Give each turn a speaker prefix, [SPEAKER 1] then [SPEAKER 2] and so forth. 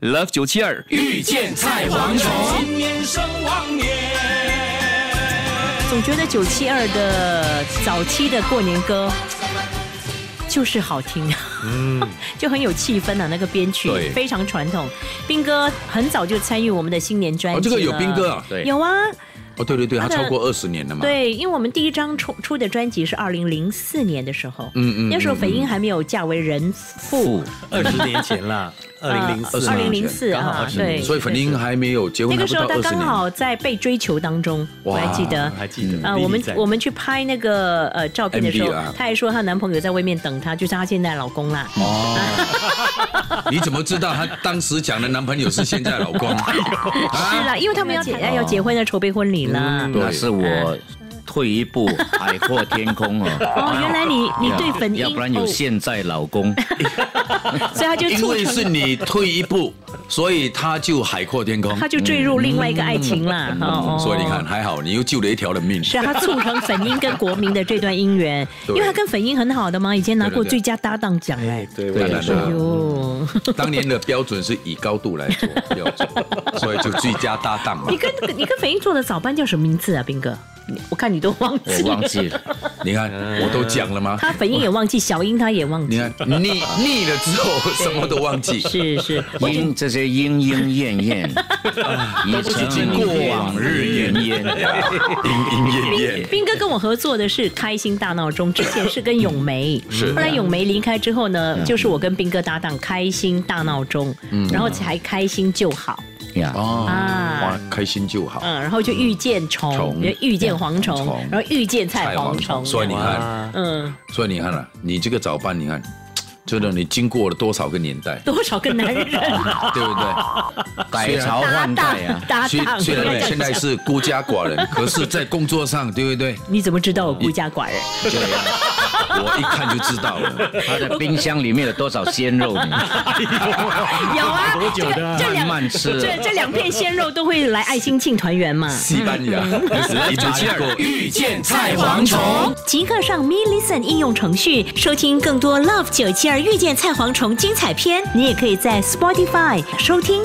[SPEAKER 1] Love 九七二
[SPEAKER 2] 遇见菜蝗虫，
[SPEAKER 3] 总觉得九七二的早期的过年歌就是好听， 就很有气氛啊，那个编曲
[SPEAKER 2] 嗯对
[SPEAKER 3] 非常传统。斌哥很早就参与我们的新年专辑、
[SPEAKER 2] 哦，这个有兵哥，啊，
[SPEAKER 1] 对
[SPEAKER 3] 有啊，
[SPEAKER 2] 哦，对对对，他
[SPEAKER 3] 他的
[SPEAKER 2] 超过二十年了嘛，，
[SPEAKER 3] 对，因为我们第一张出出的专辑是二零零四年的时候，嗯嗯，那时候斐英还没有嫁为人
[SPEAKER 1] 哦
[SPEAKER 3] 妇，
[SPEAKER 4] 二十年前啦，二零零四，
[SPEAKER 3] 二零零四
[SPEAKER 4] 刚好
[SPEAKER 3] 啊，
[SPEAKER 4] 20
[SPEAKER 3] 对，
[SPEAKER 2] 嗯所以粉英还没有结婚，
[SPEAKER 3] 那
[SPEAKER 2] 还
[SPEAKER 3] 个
[SPEAKER 2] 不到
[SPEAKER 3] 时候他
[SPEAKER 2] 二十
[SPEAKER 3] 刚
[SPEAKER 2] 年，
[SPEAKER 3] 好在被追求当中，我还记得
[SPEAKER 4] 我。还记得
[SPEAKER 3] 啊，我们我
[SPEAKER 4] 们
[SPEAKER 3] 们去拍那个呃照片的时候
[SPEAKER 2] MV 啊，哦
[SPEAKER 3] 她还说她男朋友在外面等她，就是她现在老公啦。
[SPEAKER 2] 你怎么知道她当时讲的男朋友是现在老 公？啊
[SPEAKER 3] 是啦，因为哦他们要结要结婚要筹备婚礼
[SPEAKER 2] 嗯
[SPEAKER 3] 啦。
[SPEAKER 1] 那是我退一步海阔天空哦。
[SPEAKER 3] 哦，原来你你对粉
[SPEAKER 1] 要
[SPEAKER 2] 哎
[SPEAKER 3] 英，
[SPEAKER 1] 不然有
[SPEAKER 3] 哦
[SPEAKER 1] 现在老公，
[SPEAKER 3] 所以他就
[SPEAKER 2] 因
[SPEAKER 3] 促
[SPEAKER 2] 为
[SPEAKER 3] 成
[SPEAKER 2] 是你退一步，所以他就海阔天空。
[SPEAKER 3] 他就坠入另外一个爱情啦。
[SPEAKER 2] 嗯
[SPEAKER 3] 哦哦
[SPEAKER 2] 所以你看，还好你又救了一条人命。
[SPEAKER 3] 是啊，他促成粉英跟国民的这段姻缘，因
[SPEAKER 2] 对
[SPEAKER 3] 为他跟粉英很好的嘛，以前拿过
[SPEAKER 2] 对对对
[SPEAKER 3] 最佳搭档奖哎。
[SPEAKER 4] 对
[SPEAKER 2] 当然
[SPEAKER 3] 哎
[SPEAKER 2] 了，
[SPEAKER 3] 呦，
[SPEAKER 2] 当年的标准是以高度来做标准， 所以就最佳搭档嘛
[SPEAKER 3] 你。跟你跟粉英做的早班叫什么名字啊，斌哥？你我看你都忘
[SPEAKER 1] 我
[SPEAKER 3] 记了
[SPEAKER 1] 忘。记了。
[SPEAKER 2] 你看，我都讲了吗？
[SPEAKER 3] 他粉英也忘记，小英他也忘
[SPEAKER 2] 你
[SPEAKER 3] 记，
[SPEAKER 2] 看腻腻了之后，什么都忘记。
[SPEAKER 3] 是是，
[SPEAKER 1] 莺这些莺莺燕燕，已成
[SPEAKER 2] 过往日
[SPEAKER 1] 烟烟。
[SPEAKER 2] 莺莺燕燕，
[SPEAKER 3] 斌哥跟我合作的是《开心大闹钟》，之前是跟咏梅，
[SPEAKER 2] 是
[SPEAKER 3] 后来咏梅离开之后呢，就是我跟斌哥搭档《开心大闹钟》，然后才《开心就好
[SPEAKER 1] 呀，
[SPEAKER 2] 哦，
[SPEAKER 3] 啊
[SPEAKER 2] 哇，开心就好。》，
[SPEAKER 3] 嗯，然后就遇见虫
[SPEAKER 2] 虫，
[SPEAKER 3] 也遇见蝗虫
[SPEAKER 2] 虫，
[SPEAKER 3] 然后遇见菜蝗虫，
[SPEAKER 2] 所以你看，
[SPEAKER 4] 哇，
[SPEAKER 3] 嗯，
[SPEAKER 2] 所以你看啊，你这个早班，你看，真的你经过了多少个年代，
[SPEAKER 3] 多少个男人
[SPEAKER 2] 对 不对？
[SPEAKER 1] 改朝
[SPEAKER 3] 搭
[SPEAKER 1] 换
[SPEAKER 3] 档
[SPEAKER 1] 代啊，
[SPEAKER 3] 搭
[SPEAKER 2] 虽
[SPEAKER 3] 档，
[SPEAKER 2] 虽
[SPEAKER 3] 应该
[SPEAKER 2] 然你
[SPEAKER 3] 这样
[SPEAKER 2] 现在
[SPEAKER 3] 讲
[SPEAKER 2] 是孤家寡人，可是，在工作上，对不对？
[SPEAKER 3] 你怎么知道我孤家寡人？
[SPEAKER 2] 对啊，我一看就知道了。
[SPEAKER 1] 他的冰箱里面有多少鲜肉呢？
[SPEAKER 3] 有啊，
[SPEAKER 4] 多久
[SPEAKER 3] 这
[SPEAKER 4] 的
[SPEAKER 3] 个
[SPEAKER 4] 啊
[SPEAKER 3] 这两
[SPEAKER 1] 慢慢吃
[SPEAKER 3] 这这两片鲜肉都会来爱心庆团圆嘛。
[SPEAKER 2] 西班牙，
[SPEAKER 3] 嗯
[SPEAKER 2] 一九七二
[SPEAKER 4] 遇见菜蝗虫。
[SPEAKER 3] 即刻上 Me Listen 应用程序收听更多 Love 九七二遇见菜蝗虫精彩片。你也可以在 Spotify 收听